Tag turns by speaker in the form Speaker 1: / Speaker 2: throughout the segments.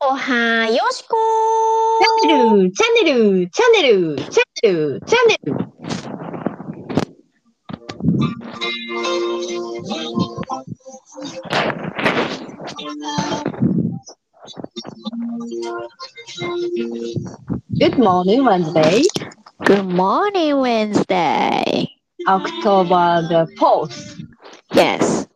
Speaker 1: おはよしこ
Speaker 2: チャンネル、チャンネル、チャンネル、チャンネル、チャンネル。Good morning, Wednesday,
Speaker 1: Good morning, Wednesday.
Speaker 2: October the 4th.
Speaker 1: Yes.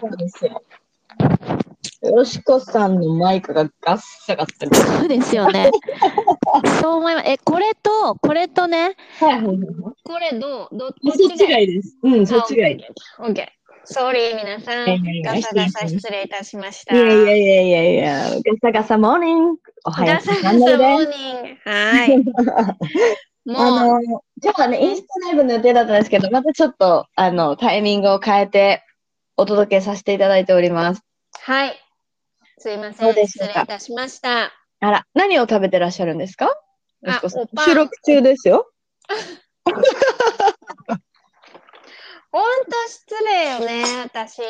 Speaker 2: そうですよ。よしこさんのマイクがガッサガッサです。
Speaker 1: そうですよ ね。そう思います。え、これと、これとね、
Speaker 2: はいはいはい
Speaker 1: これどう、どっ
Speaker 2: はい。そっちがいいです。うん、そっちがいい。
Speaker 1: オッケー。ソーリー皆さ
Speaker 2: いや
Speaker 1: ん
Speaker 2: いや、いや
Speaker 1: ガサガサ失礼いたしました。
Speaker 2: いやいやいやいやいや、ガサガサモーニング。おはよ
Speaker 1: ガ
Speaker 2: う
Speaker 1: サガサ
Speaker 2: チャンネル
Speaker 1: モ
Speaker 2: で
Speaker 1: ーニング。はい。
Speaker 2: す。あ
Speaker 1: もう、
Speaker 2: の、今日はね、インスタライブの予定だったんですけど、またちょっと、あの、タイミングを変えて、お届けさせていただいております。
Speaker 1: はい。すいませ
Speaker 2: ど
Speaker 1: ん
Speaker 2: う。でし
Speaker 1: 失
Speaker 2: ょうか
Speaker 1: 礼いたしました。
Speaker 2: あら、何を食べてらっしゃるんですか
Speaker 1: あ
Speaker 2: よしこさん
Speaker 1: おパン
Speaker 2: 収録中ですよ。
Speaker 1: ほんと失礼よね、私。
Speaker 2: い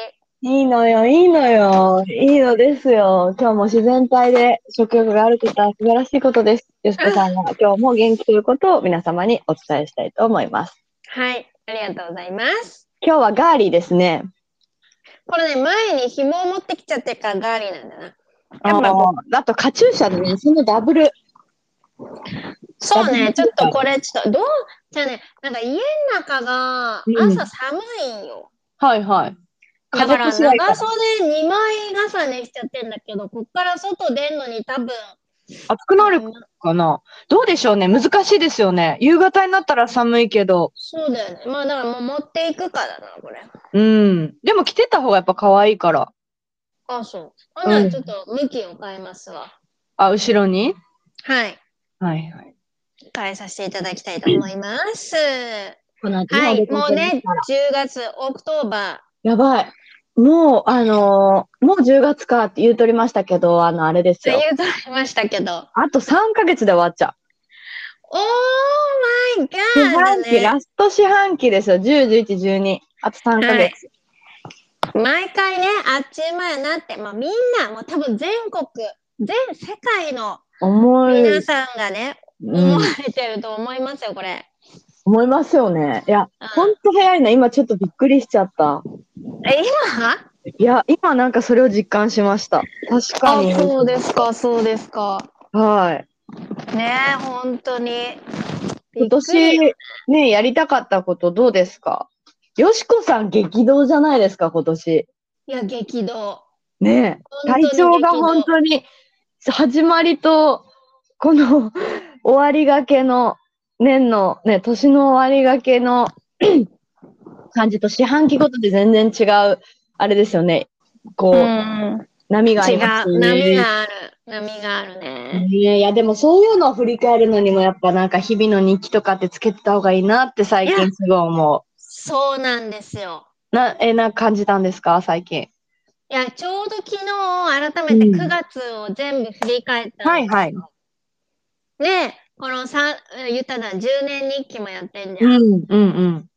Speaker 2: いのよ、いいのよ、いいのですよ。今日も自然体で食欲があることは素晴らしいことです。よしこさんが今日も元気ということを皆様にお伝えしたいと思います。
Speaker 1: はい。ありがとうございます。
Speaker 2: 今日はガーリーですね。
Speaker 1: これね、前に紐を持ってきちゃってるからガーリーなんだな。
Speaker 2: やっぱこうあとカチューシャでね、そのダブル。
Speaker 1: そうね、ち
Speaker 2: ダ
Speaker 1: ょっ
Speaker 2: ブル
Speaker 1: とこれ、ちょっと、どう、じゃあね、なんか家の中が
Speaker 2: うん
Speaker 1: 朝寒いんよ。
Speaker 2: はいはい。
Speaker 1: だから
Speaker 2: 家族次第か
Speaker 1: 長袖2枚重ねしちゃってんだけど、こっから外出んのに多分、
Speaker 2: 暑くなるかな。どうでしょうね。難しいですよね。夕方になったら寒いけど。
Speaker 1: そうだよね。まあだからもう持っていくかだな、これ。
Speaker 2: うん。でも着てた方がやっぱ可愛いから。
Speaker 1: あ、そう。ほんな
Speaker 2: う
Speaker 1: ら
Speaker 2: ん
Speaker 1: ちょっと向きを変えますわ。
Speaker 2: あ、後ろに
Speaker 1: はい。
Speaker 2: はいはい。
Speaker 1: 変えさせていただきたいと思います。
Speaker 2: この後
Speaker 1: はい。もう
Speaker 2: 出
Speaker 1: ね、
Speaker 2: かけ
Speaker 1: 10
Speaker 2: ますから
Speaker 1: 月、オクトーバ
Speaker 2: やばい。もう、あのーもう10月かって言うとりましたけど、あの、あれで
Speaker 1: ー
Speaker 2: す
Speaker 1: と
Speaker 2: よ。
Speaker 1: 言うとありましたけど。
Speaker 2: あと3ヶ月で終わっちゃ
Speaker 1: オーマイ
Speaker 2: う。
Speaker 1: ガ
Speaker 2: 四半
Speaker 1: ー
Speaker 2: 期、
Speaker 1: だね。
Speaker 2: ラスト四半期ですよ。10、11、12。あと3ヶ
Speaker 1: はい
Speaker 2: 月。
Speaker 1: 毎回ね、あっちゅう間やなって、まあみんな、もう多分全国、全世界の
Speaker 2: 重い。
Speaker 1: 皆さんがね、思
Speaker 2: う
Speaker 1: わ
Speaker 2: ん
Speaker 1: れてると思いますよ、これ。
Speaker 2: 思いますよね。いや、
Speaker 1: うん
Speaker 2: ほんと早いな。今ちょっとびっくりしちゃった。
Speaker 1: え、今
Speaker 2: いや、今なんかそれを実感しました。確かに。
Speaker 1: あ、そうですか、そうですか。
Speaker 2: はい。
Speaker 1: ねえ、本当に。び
Speaker 2: 今
Speaker 1: っくり
Speaker 2: 年ね、やりたかったことどうですかよしこさん激動じゃないですか、今年。
Speaker 1: いや、激動。
Speaker 2: ねえ
Speaker 1: 本当に
Speaker 2: 体調が本当に、始まりと、この 終わりがけの、年の、ね、年の終わりがけの 感じと四半期ごとで全然違う、あれですよね。こう、
Speaker 1: うん、
Speaker 2: 波があ
Speaker 1: 違
Speaker 2: ります
Speaker 1: う。
Speaker 2: よね。
Speaker 1: 波がある。波があるね。
Speaker 2: ねえいやでもそういうのを振り返るのにもやっぱなんか日々の日記とかってつけてた方がいいなって最
Speaker 1: いや
Speaker 2: 近すごい思
Speaker 1: そうなんですよ。
Speaker 2: う。な、え、なんか感じたんですか最近。
Speaker 1: いや、ちょうど昨日、改めて
Speaker 2: うん
Speaker 1: 9月を全部振り返ったんですよ
Speaker 2: はいはい。
Speaker 1: で、このさ、言ったら10年日記もやってんじ
Speaker 2: う
Speaker 1: ゃん。
Speaker 2: ん、うん、うん。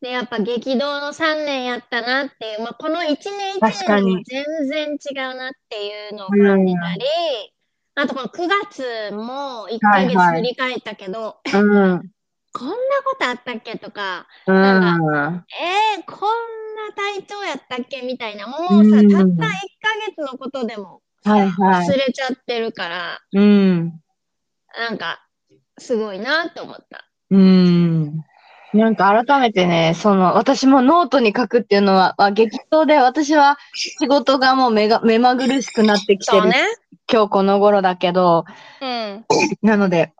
Speaker 1: で、やっぱ激動の3年やったなっていう、まあ、この1年1
Speaker 2: 確か
Speaker 1: 年でも
Speaker 2: に
Speaker 1: 全然違うなっていうのを感じたり、あとこの9月も1ヶ月
Speaker 2: はいはい
Speaker 1: 振り返ったけど、
Speaker 2: うん、うん。
Speaker 1: こんなことあったっけとか、
Speaker 2: うん
Speaker 1: えー、こんな体調やったっけみたいな、もうさ、
Speaker 2: うん
Speaker 1: たった1ヶ月のことでも
Speaker 2: はいは
Speaker 1: 忘
Speaker 2: い。
Speaker 1: れちゃってるから、
Speaker 2: うん。
Speaker 1: なんか、すごいなと思った。
Speaker 2: うん。なんか改めてね、その、私もノートに書くっていうのは、まあ、激闘で私は仕事がもう目が、目まぐるしくなってきて
Speaker 1: そう
Speaker 2: る、
Speaker 1: ね。
Speaker 2: 今日この頃だけど、
Speaker 1: うん。うん
Speaker 2: なので、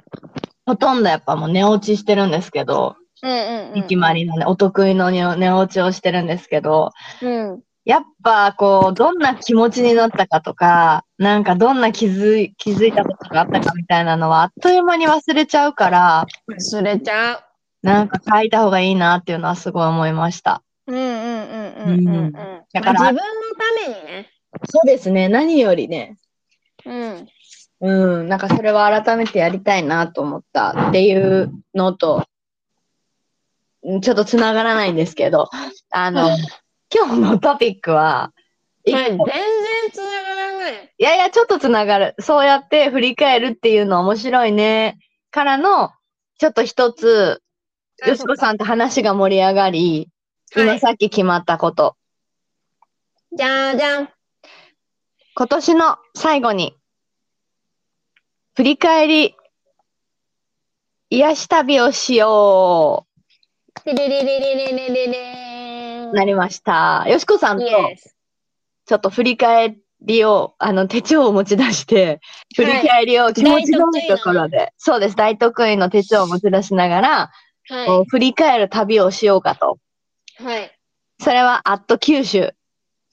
Speaker 2: ほとんどやっぱもう寝落ちしてるんですけど、
Speaker 1: うんうん。
Speaker 2: 行き回りのね、お得意のね寝落ちをしてるんですけど、
Speaker 1: うん。
Speaker 2: やっぱこう、どんな気持ちになったかとか、なんかどんな気づい、気づいたことがあったかみたいなのは、あっという間に忘れちゃうから、
Speaker 1: 忘れちゃう。
Speaker 2: なんか書いた方がいいなっていうのはすごい思いました。
Speaker 1: うんうんうんうんうんうん。
Speaker 2: うん
Speaker 1: まあ
Speaker 2: だから
Speaker 1: 自分のためにね。
Speaker 2: そうですね、何よりね。
Speaker 1: うん。
Speaker 2: うん、なんかそれは改めてやりたいなと思ったっていうのと、うんちょっとつながらないんですけど、あの、今日のトピックは、
Speaker 1: まあ
Speaker 2: 一
Speaker 1: 全然
Speaker 2: 個
Speaker 1: つながらい。
Speaker 2: いやいや、ちょっとつながる。そうやって振り返るっていうの面白いね。からの、ちょっと一つ、よしこさんと話が盛り上がり、
Speaker 1: は
Speaker 2: 今
Speaker 1: い、
Speaker 2: さっき決まったこと。
Speaker 1: じゃーじゃん。
Speaker 2: 今年の最後に、振り返り、癒し旅をしよ
Speaker 1: リリリリリリリリリーン
Speaker 2: う、なりました。よしこさんと、
Speaker 1: イエス。
Speaker 2: ちょっと振り返りを、あの手帳を持ち出して、振り返りを気持ちのいいところで、そうです、大得意の手帳を持ち出しながら、こ
Speaker 1: は
Speaker 2: う振り返る旅をしようかと。
Speaker 1: い。はい。
Speaker 2: それは、アット九州。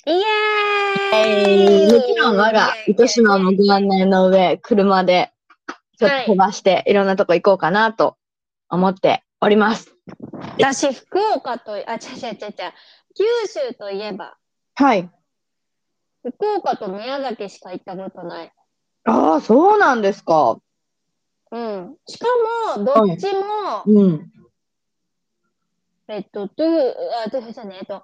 Speaker 1: イエーイ
Speaker 2: もちろん、我が糸島もご案内の上、車で、ちょっと飛ばして、いろんなとこ行こうかなと思っております。
Speaker 1: 私、福岡と、あ、ちゃちゃちゃちゃ。九州といえば、
Speaker 2: はい。
Speaker 1: 福岡と宮崎しか行ったことない。
Speaker 2: ああ、そうなんですか。
Speaker 1: うん。しかも、どっちも、
Speaker 2: うん。
Speaker 1: えっと、トゥー、あ、トゥーじゃねえっと、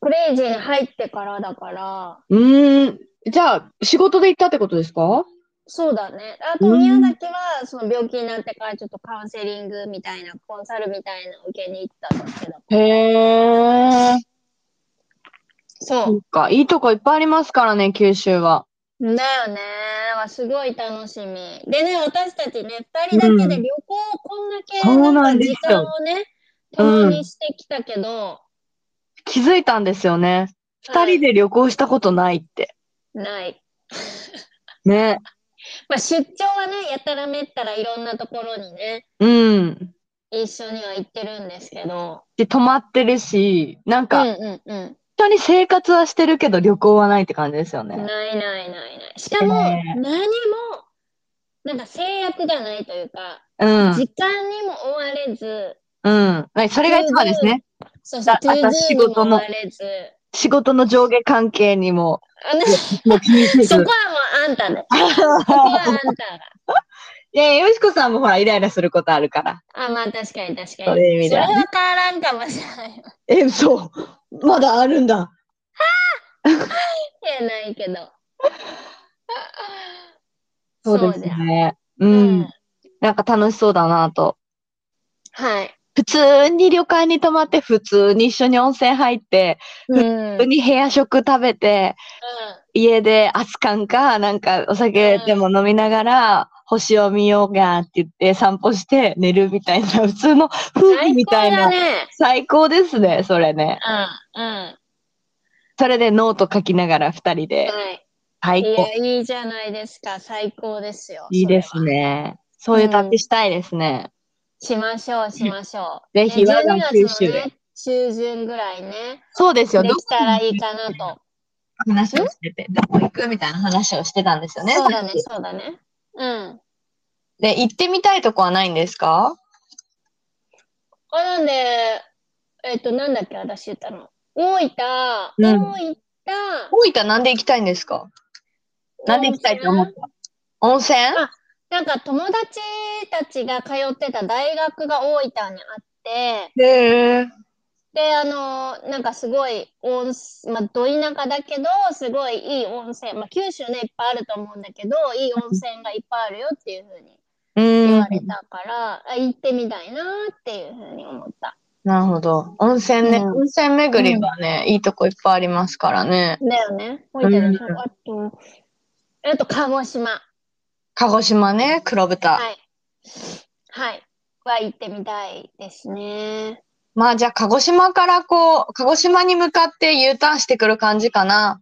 Speaker 1: クレイジーに入ってからだから、
Speaker 2: うーん。じゃあ、仕事で行ったってことですか
Speaker 1: そうだね。あと、
Speaker 2: うん
Speaker 1: 宮崎は、その病気になってからちょっとカウンセリングみたいな、コンサルみたいなの受けに行ったんだけど。
Speaker 2: へえ。
Speaker 1: そ
Speaker 2: そうか、いいとこいっぱいありますからね、九州は。
Speaker 1: う。だよね。すごい楽しみ。でね、私たちね、二人だけで
Speaker 2: う
Speaker 1: 旅
Speaker 2: ん
Speaker 1: 行、こんだけ、
Speaker 2: そうなんです
Speaker 1: 時
Speaker 2: よ
Speaker 1: 間をね、共にしてきたけど、
Speaker 2: 気づいたんですよね。二人
Speaker 1: で
Speaker 2: で旅行したことないって。
Speaker 1: ない。
Speaker 2: ね。
Speaker 1: まあ、出張はね、やたらめったらいろんなところにね、
Speaker 2: うん。
Speaker 1: 一緒には行ってるんですけど、
Speaker 2: で、泊まってるし、なん
Speaker 1: うん
Speaker 2: か、
Speaker 1: うんうん。
Speaker 2: 本当に生活はしてるけど、旅行はないって感じですよね。
Speaker 1: ないないないない。しかも、
Speaker 2: ねえ
Speaker 1: 何も、なんか制約がないというか、
Speaker 2: うん。
Speaker 1: 時間にも追われず、
Speaker 2: うん。はい、それが一番ですね。
Speaker 1: そして
Speaker 2: あ、
Speaker 1: トゥー
Speaker 2: あと
Speaker 1: ズ
Speaker 2: 仕
Speaker 1: にも
Speaker 2: 事
Speaker 1: 追
Speaker 2: も
Speaker 1: われず、
Speaker 2: 仕事の上下関係にも、
Speaker 1: あの
Speaker 2: もう気にせ
Speaker 1: そこはも
Speaker 2: ず
Speaker 1: う。あんただ。そこはあんたが。
Speaker 2: いやいや、よしこさんもほら、イライラすることあるから。
Speaker 1: あ、まあ確かに確かに。
Speaker 2: そういう意味
Speaker 1: そ
Speaker 2: で
Speaker 1: れ
Speaker 2: は
Speaker 1: は
Speaker 2: ね
Speaker 1: 変わらんかもしれない。
Speaker 2: え、嘘。まだあるんだ。
Speaker 1: いやないけど。
Speaker 2: そうです
Speaker 1: じゃん
Speaker 2: ね。う
Speaker 1: うん
Speaker 2: ん。。なんか楽しそうだなと
Speaker 1: はい。
Speaker 2: 普通に旅館に泊まって、普通に一緒に温泉入って、
Speaker 1: うん。
Speaker 2: 普通に部屋食食べて、家で熱燗か、なんかお酒でも飲みながら、星を見ようがって言って散歩して寝るみたいな、 普通の夫婦
Speaker 1: 最
Speaker 2: み
Speaker 1: 高
Speaker 2: たい
Speaker 1: だ
Speaker 2: な。
Speaker 1: ね。
Speaker 2: 最高ですね、それね。
Speaker 1: うん。うん。
Speaker 2: それでノート書きながら二人で。
Speaker 1: はい。
Speaker 2: 最
Speaker 1: い
Speaker 2: 高。
Speaker 1: や、いいじゃないですか。最高ですよ。
Speaker 2: いいですね。そういう旅したいですね。
Speaker 1: それは。しましょう、しましょう。
Speaker 2: ぜひ
Speaker 1: ね
Speaker 2: 我
Speaker 1: 12
Speaker 2: が九
Speaker 1: 月
Speaker 2: 州
Speaker 1: の
Speaker 2: へ
Speaker 1: ね、中旬ぐらいね、
Speaker 2: そうです
Speaker 1: で
Speaker 2: よ。どこ
Speaker 1: きたらいいかなと。
Speaker 2: 話をしてて、どこ行くみたいな話をしてたんですよね。
Speaker 1: そうだね、そうだね。うん。
Speaker 2: で、行ってみたいとこはないんですか
Speaker 1: あ、なんで、えっと、なんだっけ、私言ったの。大分、
Speaker 2: うん
Speaker 1: 大分、
Speaker 2: 大分なんで行きたいんですかなんで行きたいと思った温泉
Speaker 1: あなんか友達たちが通ってた大学が大分にあって、
Speaker 2: へえ。
Speaker 1: で、あのーなんかすごい温泉、まあ、ど田舎だけど、すごいいい温泉、まあ、九州ね、いっぱいあると思うんだけど、いい温泉がいっぱいあるよっていうふうに
Speaker 2: う
Speaker 1: 言
Speaker 2: ん
Speaker 1: わ。れたから、あ行ってみたいなっていうふうに思った。
Speaker 2: なるほど。温泉ね。
Speaker 1: うん
Speaker 2: 温泉巡りはね、いいとこいっぱいありますからね。
Speaker 1: だよね。置いてる
Speaker 2: うん
Speaker 1: あと、あと、鹿児島。
Speaker 2: 鹿児島ね、黒豚。
Speaker 1: はい。はい。は行ってみたいですね。
Speaker 2: まあじゃあ鹿児島からこう、鹿児島に向かって U ターンしてくる感じかな。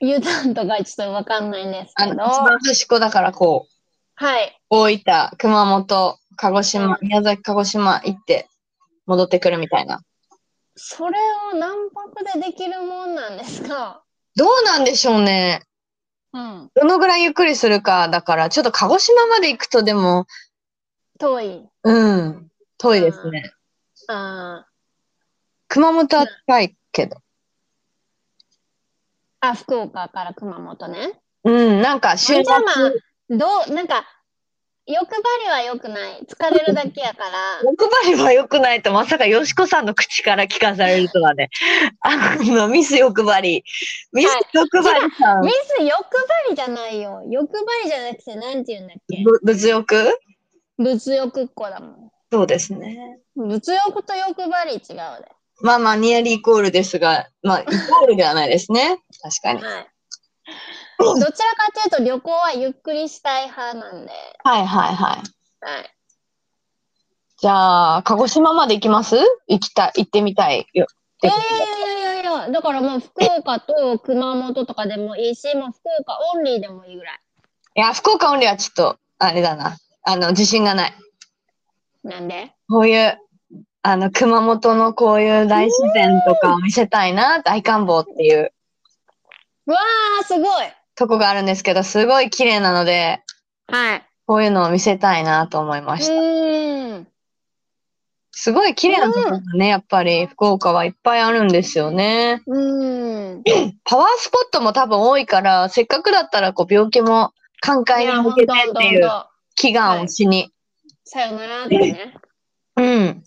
Speaker 1: U ターンとかちょっとわかんないんです
Speaker 2: あ
Speaker 1: けど、
Speaker 2: の、一番端っこだからこう、
Speaker 1: はい。
Speaker 2: 大分、熊本、鹿児島、宮崎、鹿児島行って戻ってくるみたいな。
Speaker 1: それを何泊でできるもんなんですか
Speaker 2: どうなんでしょうね。
Speaker 1: うん。
Speaker 2: どのぐらいゆっくりするかだから、ちょっと鹿児島まで行くとでも、
Speaker 1: 遠い。
Speaker 2: うん、遠いですね。
Speaker 1: あ
Speaker 2: 熊本は近いけど。
Speaker 1: ーあ、福岡から熊本ね。
Speaker 2: うん、なんか週
Speaker 1: じ
Speaker 2: 末
Speaker 1: ゃあまあ、どう、なんか、欲張りは良くない。疲れるだけやから。
Speaker 2: 欲張りは良くないと、まさかよしこさんの口から聞かされるとはね。 あの、ミス欲張り。ミス欲張りさん。
Speaker 1: ミス欲張りじゃないよ。欲張りじゃなくて、なんて言うんだっけ。
Speaker 2: ぶ物欲
Speaker 1: 物欲っ子だも
Speaker 2: そうですね。
Speaker 1: ん。物欲と欲張り違うで。 は
Speaker 2: まあまあ、ニアリーイコールですが、まあ、イコールではないですね。確かに。
Speaker 1: い。どちらかというと、旅行はゆっくりしたい派なんで。
Speaker 2: はいはいはい。
Speaker 1: はい。
Speaker 2: じゃあ、鹿児島まで行きます行きたい、行ってみたいよ。
Speaker 1: いやいやいやいやいや、だからもう福岡と熊本とかでもいいし、もう福岡オンリーでもいいぐらい。
Speaker 2: いや、福岡オンリーはちょっと、あれだな。あの、自信がない。
Speaker 1: なんで
Speaker 2: こういう、あの、熊本のこういう大自然とかを見せたいな、大観望っていう
Speaker 1: うわー、すごい
Speaker 2: とこがあるんですけど、すごい綺麗なので、
Speaker 1: はい。
Speaker 2: こういうのを見せたいなと思いま
Speaker 1: う
Speaker 2: した。
Speaker 1: ーん。
Speaker 2: すごい綺麗なところがね、やっぱり福岡はいっぱいあるんですよね。
Speaker 1: うーん。
Speaker 2: パワースポットも多分多いから、せっかくだったらこう病気も寛解に向けてっていう
Speaker 1: 本当
Speaker 2: 祈願をしに、
Speaker 1: さよならってね。
Speaker 2: うん、
Speaker 1: う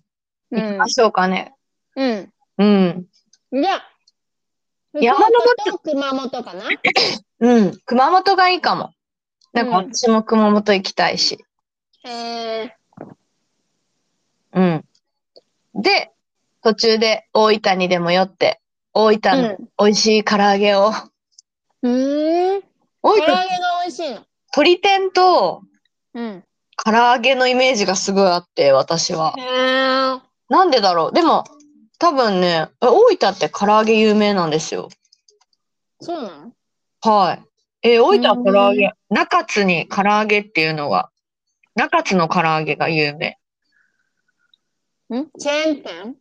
Speaker 2: 行きましょうかね。
Speaker 1: ん。
Speaker 2: うん、
Speaker 1: うん。じゃあ、
Speaker 2: 山登
Speaker 1: 福岡と熊本かな
Speaker 2: うん、熊本がいいかも。なんか
Speaker 1: うん
Speaker 2: 私も熊本行きたいし。
Speaker 1: えー、
Speaker 2: うん。で、途中で大分にでも寄って、大分の美味しい唐揚げを。
Speaker 1: うん。うーん。
Speaker 2: 大
Speaker 1: 唐揚げ
Speaker 2: 分
Speaker 1: が美味しいの。
Speaker 2: 鶏天と
Speaker 1: うん。
Speaker 2: 唐揚げのイメージがすごいあって、私は。
Speaker 1: へー。
Speaker 2: なんでだろうでも、多分ね、え大分って唐揚げ有名なんですよ。
Speaker 1: そうなの
Speaker 2: はい。えー大分は唐揚
Speaker 1: う
Speaker 2: げ。中津に唐揚げっていうのが、中津の唐揚げが有名。
Speaker 1: んチェーン店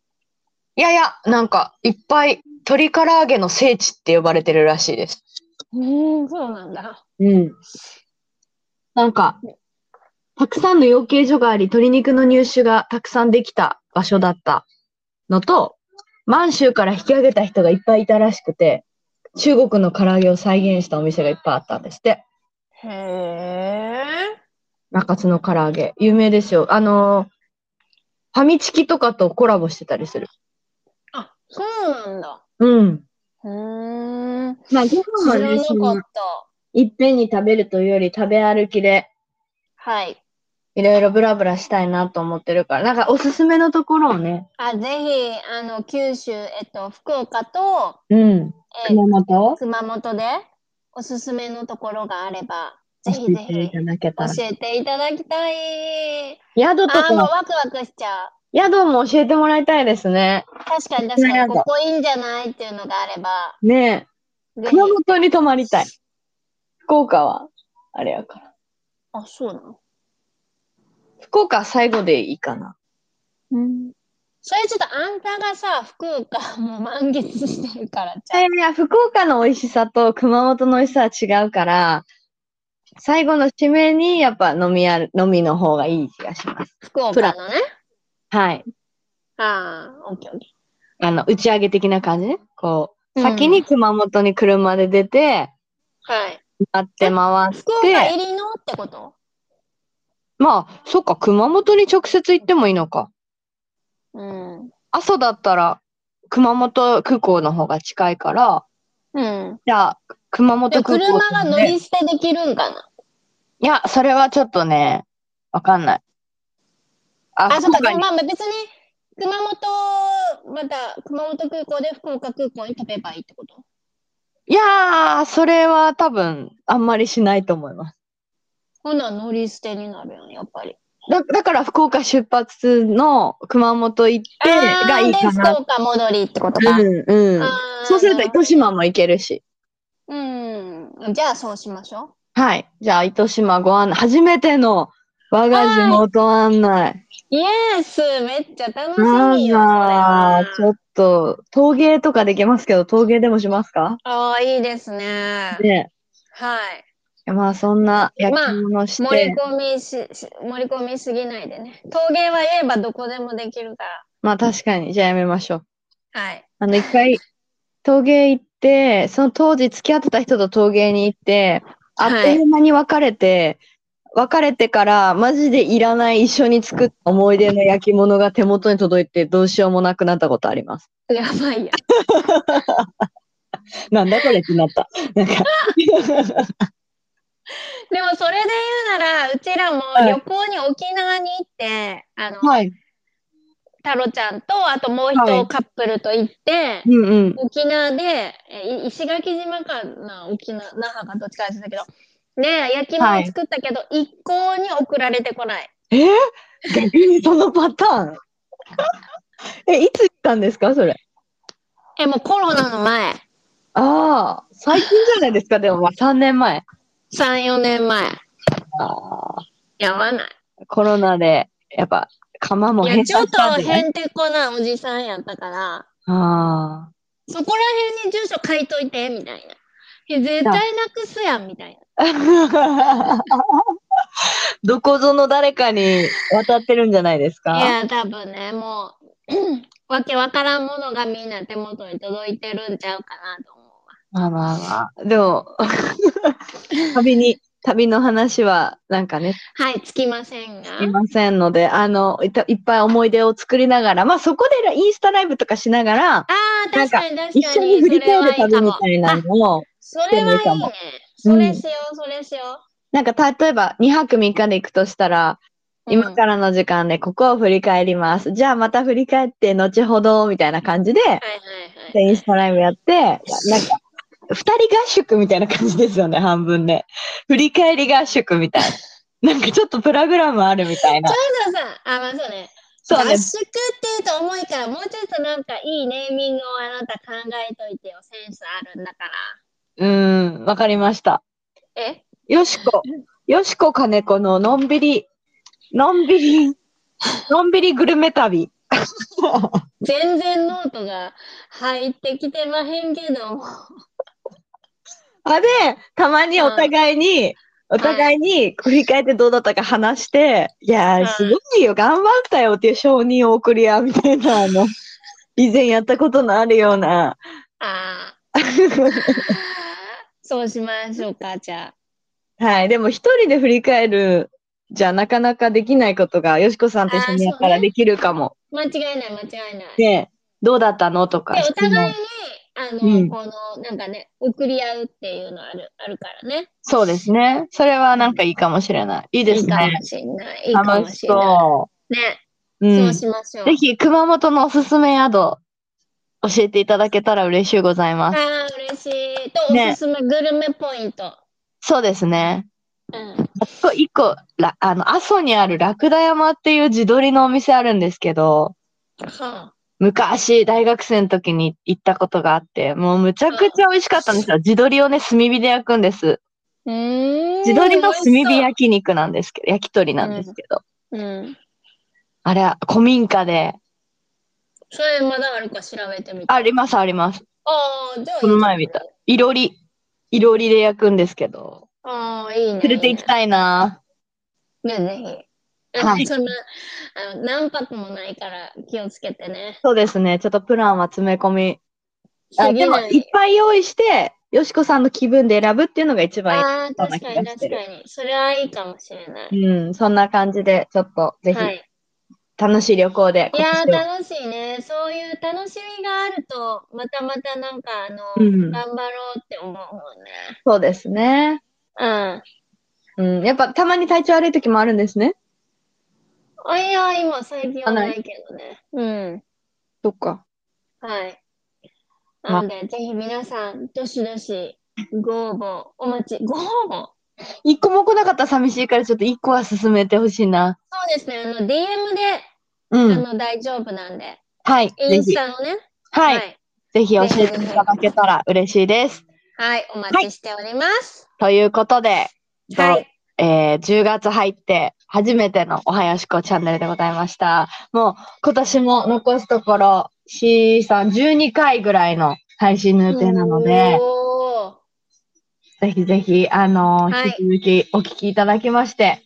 Speaker 2: いやいや、なんか、いっぱい鶏唐揚げの聖地って呼ばれてるらしいです。
Speaker 1: うん、そうなんだ。
Speaker 2: うん。なんか、たくさんの養鶏所があり、鶏肉の入手がたくさんできた場所だったのと、満州から引き上げた人がいっぱいいたらしくて、中国の唐揚げを再現したお店がいっぱいあったんですって。
Speaker 1: へえ。
Speaker 2: 中津の唐揚げ。有名ですよ。あのーファミチキとかとコラボしてたりする。
Speaker 1: あ、そうなんだ。
Speaker 2: うん。
Speaker 1: うーん。
Speaker 2: まあ、ご
Speaker 1: 知
Speaker 2: 飯は
Speaker 1: ら
Speaker 2: ね、
Speaker 1: な
Speaker 2: そ
Speaker 1: かっ
Speaker 2: のいっぺんに食べるというより食べ歩きで
Speaker 1: た。はい。
Speaker 2: いろいろブラブラしたいなと思ってるから、なんかおすすめのところをね。
Speaker 1: あ、ぜひ、あの、九州、えっと、福岡と、
Speaker 2: うん。
Speaker 1: えー
Speaker 2: 熊本
Speaker 1: 熊本でおすすめのところがあれば、ぜ
Speaker 2: 教
Speaker 1: ひぜ
Speaker 2: えてい
Speaker 1: ひ
Speaker 2: ただけたら。
Speaker 1: 教えていただきたい。
Speaker 2: 宿と
Speaker 1: あー、もう
Speaker 2: か、
Speaker 1: ワクワクしちゃう。
Speaker 2: 宿も教えてもらいたいですね。
Speaker 1: 確かに確
Speaker 2: な
Speaker 1: か
Speaker 2: る
Speaker 1: に、
Speaker 2: ほど
Speaker 1: ここいいんじゃないっていうのがあれば、
Speaker 2: ねえ。
Speaker 1: ぜひ
Speaker 2: 熊。本に泊まりたい。福岡は、あれやから。
Speaker 1: あ、そうなの
Speaker 2: 福岡は最後でいいかな。
Speaker 1: うん。それちょっとあんたがさ、福岡もう満月してるから
Speaker 2: い
Speaker 1: じゃ
Speaker 2: や
Speaker 1: ん。
Speaker 2: いや、福岡の美味しさと熊本の美味しさは違うから、最後の締めにやっぱ飲みやる、飲みの方がいい気がします。
Speaker 1: 福岡のね。
Speaker 2: はい。
Speaker 1: ああ、オッケーオッケ
Speaker 2: あの、打ち上げ的な感じね。こう、
Speaker 1: うん
Speaker 2: 先に熊本に車で出て、
Speaker 1: ー。はい。
Speaker 2: 回って回っ
Speaker 1: 福岡
Speaker 2: て、
Speaker 1: 入りのってこと
Speaker 2: まあ、そっか、熊本に直接行ってもいいのか。
Speaker 1: うん。
Speaker 2: 阿蘇だったら、熊本空港の方が近いから、
Speaker 1: うん。
Speaker 2: じゃあ、熊
Speaker 1: で
Speaker 2: 本空港、
Speaker 1: 車が乗り捨てできるんかな。
Speaker 2: いや、それはちょっとね、わかんない。あ
Speaker 1: あ、そうか、
Speaker 2: 福岡
Speaker 1: でも
Speaker 2: に
Speaker 1: まあ別に、熊本、また熊本空港で福岡空港に飛べばいいってこと
Speaker 2: いやー、それは多分、あんまりしないと思います。
Speaker 1: ほな乗り捨てになるよね、やっぱり。
Speaker 2: だだから、福岡出発の熊本行って
Speaker 1: あー
Speaker 2: がいいか
Speaker 1: で
Speaker 2: な。
Speaker 1: 福岡戻りってことか。
Speaker 2: うん、うん。
Speaker 1: あー
Speaker 2: そうすると糸島も行けるし。
Speaker 1: うん。じゃあそうしましょ
Speaker 2: はい。じゃあ、糸島ご案内、初めての我が地元案内。
Speaker 1: う。イエスめっちゃ楽しみよ。
Speaker 2: あら、
Speaker 1: そ
Speaker 2: ち
Speaker 1: れは
Speaker 2: ょっと、陶芸とかできますけど、陶芸でもしますか
Speaker 1: ああ、いいですね。
Speaker 2: ね
Speaker 1: はい。
Speaker 2: まあ、そんな焼き物し
Speaker 1: 盛り
Speaker 2: て、
Speaker 1: 込みし、し盛り込みすぎないでね。陶芸は言えばどこでもできるから。
Speaker 2: まあ、確かに、じゃあやめましょう。
Speaker 1: はい。
Speaker 2: あ の、一回、陶芸行って、その当時付き合ってた人と陶芸に行って、あっという間に別れて、別れてから、マジでいらない一緒に作った思い出の焼き物が手元に届いて、どうしようもなくなったことあります。
Speaker 1: やばいや。
Speaker 2: なんだこれってなった。なんか、
Speaker 1: でもそれで言うなら、うちらも
Speaker 2: はい
Speaker 1: 旅行に沖縄に行って、あの、
Speaker 2: はい。
Speaker 1: 太郎ちゃんと、あともう
Speaker 2: は
Speaker 1: 一
Speaker 2: い
Speaker 1: カップルと行って、
Speaker 2: うんうん。
Speaker 1: 沖縄で、えい石垣島かな、沖縄、那覇かどっちかですだけど、ね焼き
Speaker 2: は
Speaker 1: 物
Speaker 2: い
Speaker 1: 作ったけど、一向に送られてこない。
Speaker 2: えー、逆にそのパターンえ、いつ行ったんですかそれ。
Speaker 1: え、もうコロナの前、
Speaker 2: ああ、最近じゃないですかでも、まあ、3年前。
Speaker 1: 3、4年前、
Speaker 2: ああ、
Speaker 1: やばない。
Speaker 2: コロナで、やっぱ、釜も
Speaker 1: いや、
Speaker 2: 変
Speaker 1: ちょ
Speaker 2: 化
Speaker 1: っ
Speaker 2: し
Speaker 1: と
Speaker 2: たんじゃない
Speaker 1: へんてこなおじさんやったから、
Speaker 2: あ
Speaker 1: そこら辺に住所書いといて、みたいな。え絶対なくすやん、みたいな。
Speaker 2: あ。 どこぞの誰かに渡ってるんじゃないです
Speaker 1: い
Speaker 2: か
Speaker 1: や、多分ね、もう、わけわからんものがみんな手元に届いてるんちゃうかなと思うわ。
Speaker 2: まあまあまあ。で も、旅に、旅の話は、なんかね、
Speaker 1: はい、つきませんが。
Speaker 2: いませんので、あの、いたいっぱい思い出を作りながら、まあそこでインスタライブとかしながら、
Speaker 1: ああ、確
Speaker 2: なんか
Speaker 1: かに確かに。
Speaker 2: 一緒に振り返る旅みたいな
Speaker 1: あ
Speaker 2: のを、
Speaker 1: それはいいね。それしよう、それしよ
Speaker 2: なんか例えば2泊3日で行くとしたら、
Speaker 1: う。
Speaker 2: 今
Speaker 1: ら。
Speaker 2: からの時間でここを振り返ります。じゃあまた振り返って後ほどみたいな感じで、
Speaker 1: はいはいはい。
Speaker 2: インスタライブやって、なんか2人合宿みたいな感じですよね、半分ね。振り返り合宿みたいな。なんかちょっとプログラムあるみたいな。
Speaker 1: そうそうそう。あ、まあそうね。
Speaker 2: そうね
Speaker 1: 合。宿っていうと重いから、もうちょっとなんかいいネーミングをあなた考えといてよ。センスあるんだか
Speaker 2: うん、わかりました。
Speaker 1: ら。え
Speaker 2: よしこ、よしこかねこののんびり、のんびり、のんびりグルメ旅。
Speaker 1: 全然ノートが入ってきてまへんけども。
Speaker 2: あで、たまにお互いに、お互いに振り返ってどうだったか話して、いや
Speaker 1: う
Speaker 2: ー、
Speaker 1: ん
Speaker 2: すごいよ、頑張ったよっていう承認を送り合うみたいな、あ の、以前やったことのあるような。
Speaker 1: ああ。そうしましょうか、じゃあ。
Speaker 2: はい、でも一人で振り返るじゃなかなかできないことが、よしこさんと一緒にやった
Speaker 1: あーそう
Speaker 2: ら
Speaker 1: ね
Speaker 2: できるかも。
Speaker 1: 間違いない、間違いない。で、
Speaker 2: で、どうだったのとか。
Speaker 1: お互いに、あの、
Speaker 2: うん
Speaker 1: この、なんかね、送り合うっていうのある、あるからね。
Speaker 2: そうですね。それはなんかいいかもしれない。いいです
Speaker 1: いいか
Speaker 2: ね
Speaker 1: も。しんない。いいかも
Speaker 2: 楽し
Speaker 1: しんな
Speaker 2: そ
Speaker 1: い。ね、
Speaker 2: う。う
Speaker 1: そ
Speaker 2: ん
Speaker 1: う。しましょう。
Speaker 2: ぜひ、熊本のおすすめ宿、教えていただけたら嬉しいございます。
Speaker 1: ああ、嬉しい。と、お
Speaker 2: ね
Speaker 1: すすめグルメポイント。
Speaker 2: そうですね。
Speaker 1: うん。
Speaker 2: あと一個、らあの、阿蘇にあるラクダ山っていう自撮りのお店あるんですけど、
Speaker 1: はあ。
Speaker 2: 昔、大学生の時に行ったことがあって、もうむちゃくちゃ美味しかったんですよ。自撮りをね、炭火で焼くんです。
Speaker 1: うーん。
Speaker 2: 自撮り
Speaker 1: 美味
Speaker 2: の炭火
Speaker 1: しそう
Speaker 2: 焼き肉なんですけど、焼き鳥なんですけど。
Speaker 1: うん。
Speaker 2: あれ、古民家で、
Speaker 1: それまだあるか調べてみて。
Speaker 2: ありますあります。
Speaker 1: ああ、じゃあいいじゃん
Speaker 2: この前見た。いろり、いろりで焼くんですけど、
Speaker 1: ああ、いいね。
Speaker 2: 連れて行きたいな。
Speaker 1: いいね。ねぜひ。
Speaker 2: は
Speaker 1: はいい、そんなあの何泊もないから気をつけてね。
Speaker 2: そうですね、ちょっとプランは詰め込み。あ
Speaker 1: 次
Speaker 2: でも、
Speaker 1: の
Speaker 2: いっぱい用意して、よしこさんの気分で選ぶっていうのが一番い
Speaker 1: ああ、
Speaker 2: そうな
Speaker 1: 確
Speaker 2: 気
Speaker 1: か
Speaker 2: が
Speaker 1: に確
Speaker 2: して
Speaker 1: か
Speaker 2: る
Speaker 1: に。それはいいかもしれない。
Speaker 2: い。うん、そんな感じで、ちょっとぜひ
Speaker 1: はい。
Speaker 2: 楽しい旅行で。
Speaker 1: いや
Speaker 2: 今
Speaker 1: ー
Speaker 2: 年は
Speaker 1: 楽しいね。そういう楽しみがあると、またまたなんか、あの、
Speaker 2: うん
Speaker 1: 頑張ろうって思うも
Speaker 2: そうですね。
Speaker 1: んね。
Speaker 2: うん、やっぱたまに体調悪い時もあるんですね。
Speaker 1: うん。あいやー、今最近はないけどね。うん。
Speaker 2: そっか。
Speaker 1: はい。
Speaker 2: あ
Speaker 1: なんで、ぜひ皆さん、どしどし、ご応募、お待ち、ご応募
Speaker 2: 一個も来なかったら寂しいから、ちょっと一個は進めてほしいな。
Speaker 1: そうですね、あの、DM で、
Speaker 2: う
Speaker 1: あ
Speaker 2: ん。
Speaker 1: の、大丈夫なんで、
Speaker 2: はい。
Speaker 1: イ
Speaker 2: ぜ
Speaker 1: ンス
Speaker 2: ひ。
Speaker 1: タのね、
Speaker 2: はい。
Speaker 1: い、
Speaker 2: ぜひ教えていただけたら嬉しいです。
Speaker 1: はい、お待ちしております。
Speaker 2: ということで、
Speaker 1: はい、
Speaker 2: はいえー10月入って初めてのおはやしこチャンネルでございました。もう今年も残すところ C さん12回ぐらいの配信の予定なので、
Speaker 1: おー
Speaker 2: ぜひぜひ、あのー
Speaker 1: はい
Speaker 2: 引き続きお聞きいただきまして、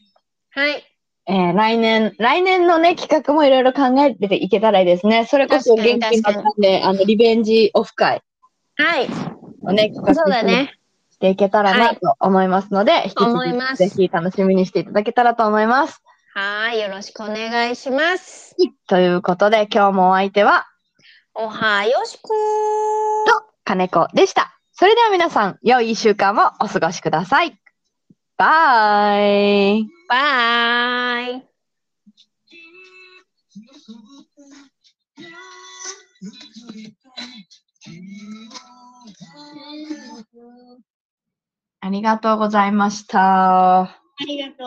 Speaker 1: はい、
Speaker 2: えー来年、来年のね、企画もいろいろ考えていけたらいいですね。それこそ
Speaker 1: 確か
Speaker 2: 元
Speaker 1: に
Speaker 2: 気になったんで、あの、リベンジオフ会
Speaker 1: はい、
Speaker 2: をね、企画
Speaker 1: そうだね。
Speaker 2: していけたら
Speaker 1: は
Speaker 2: ないと思いますので、引き
Speaker 1: 思い
Speaker 2: 続
Speaker 1: ま
Speaker 2: き
Speaker 1: す
Speaker 2: ぜひ楽しみにしていただけたらと思います。
Speaker 1: はい、よろしくお願いします。
Speaker 2: ということで、今日もお相手は
Speaker 1: おはよしく
Speaker 2: 金子でした。それでは皆さん、良い1週間をお過ごしください。バイ。
Speaker 1: バイ。
Speaker 2: ありがとうございました。
Speaker 1: ありがとう。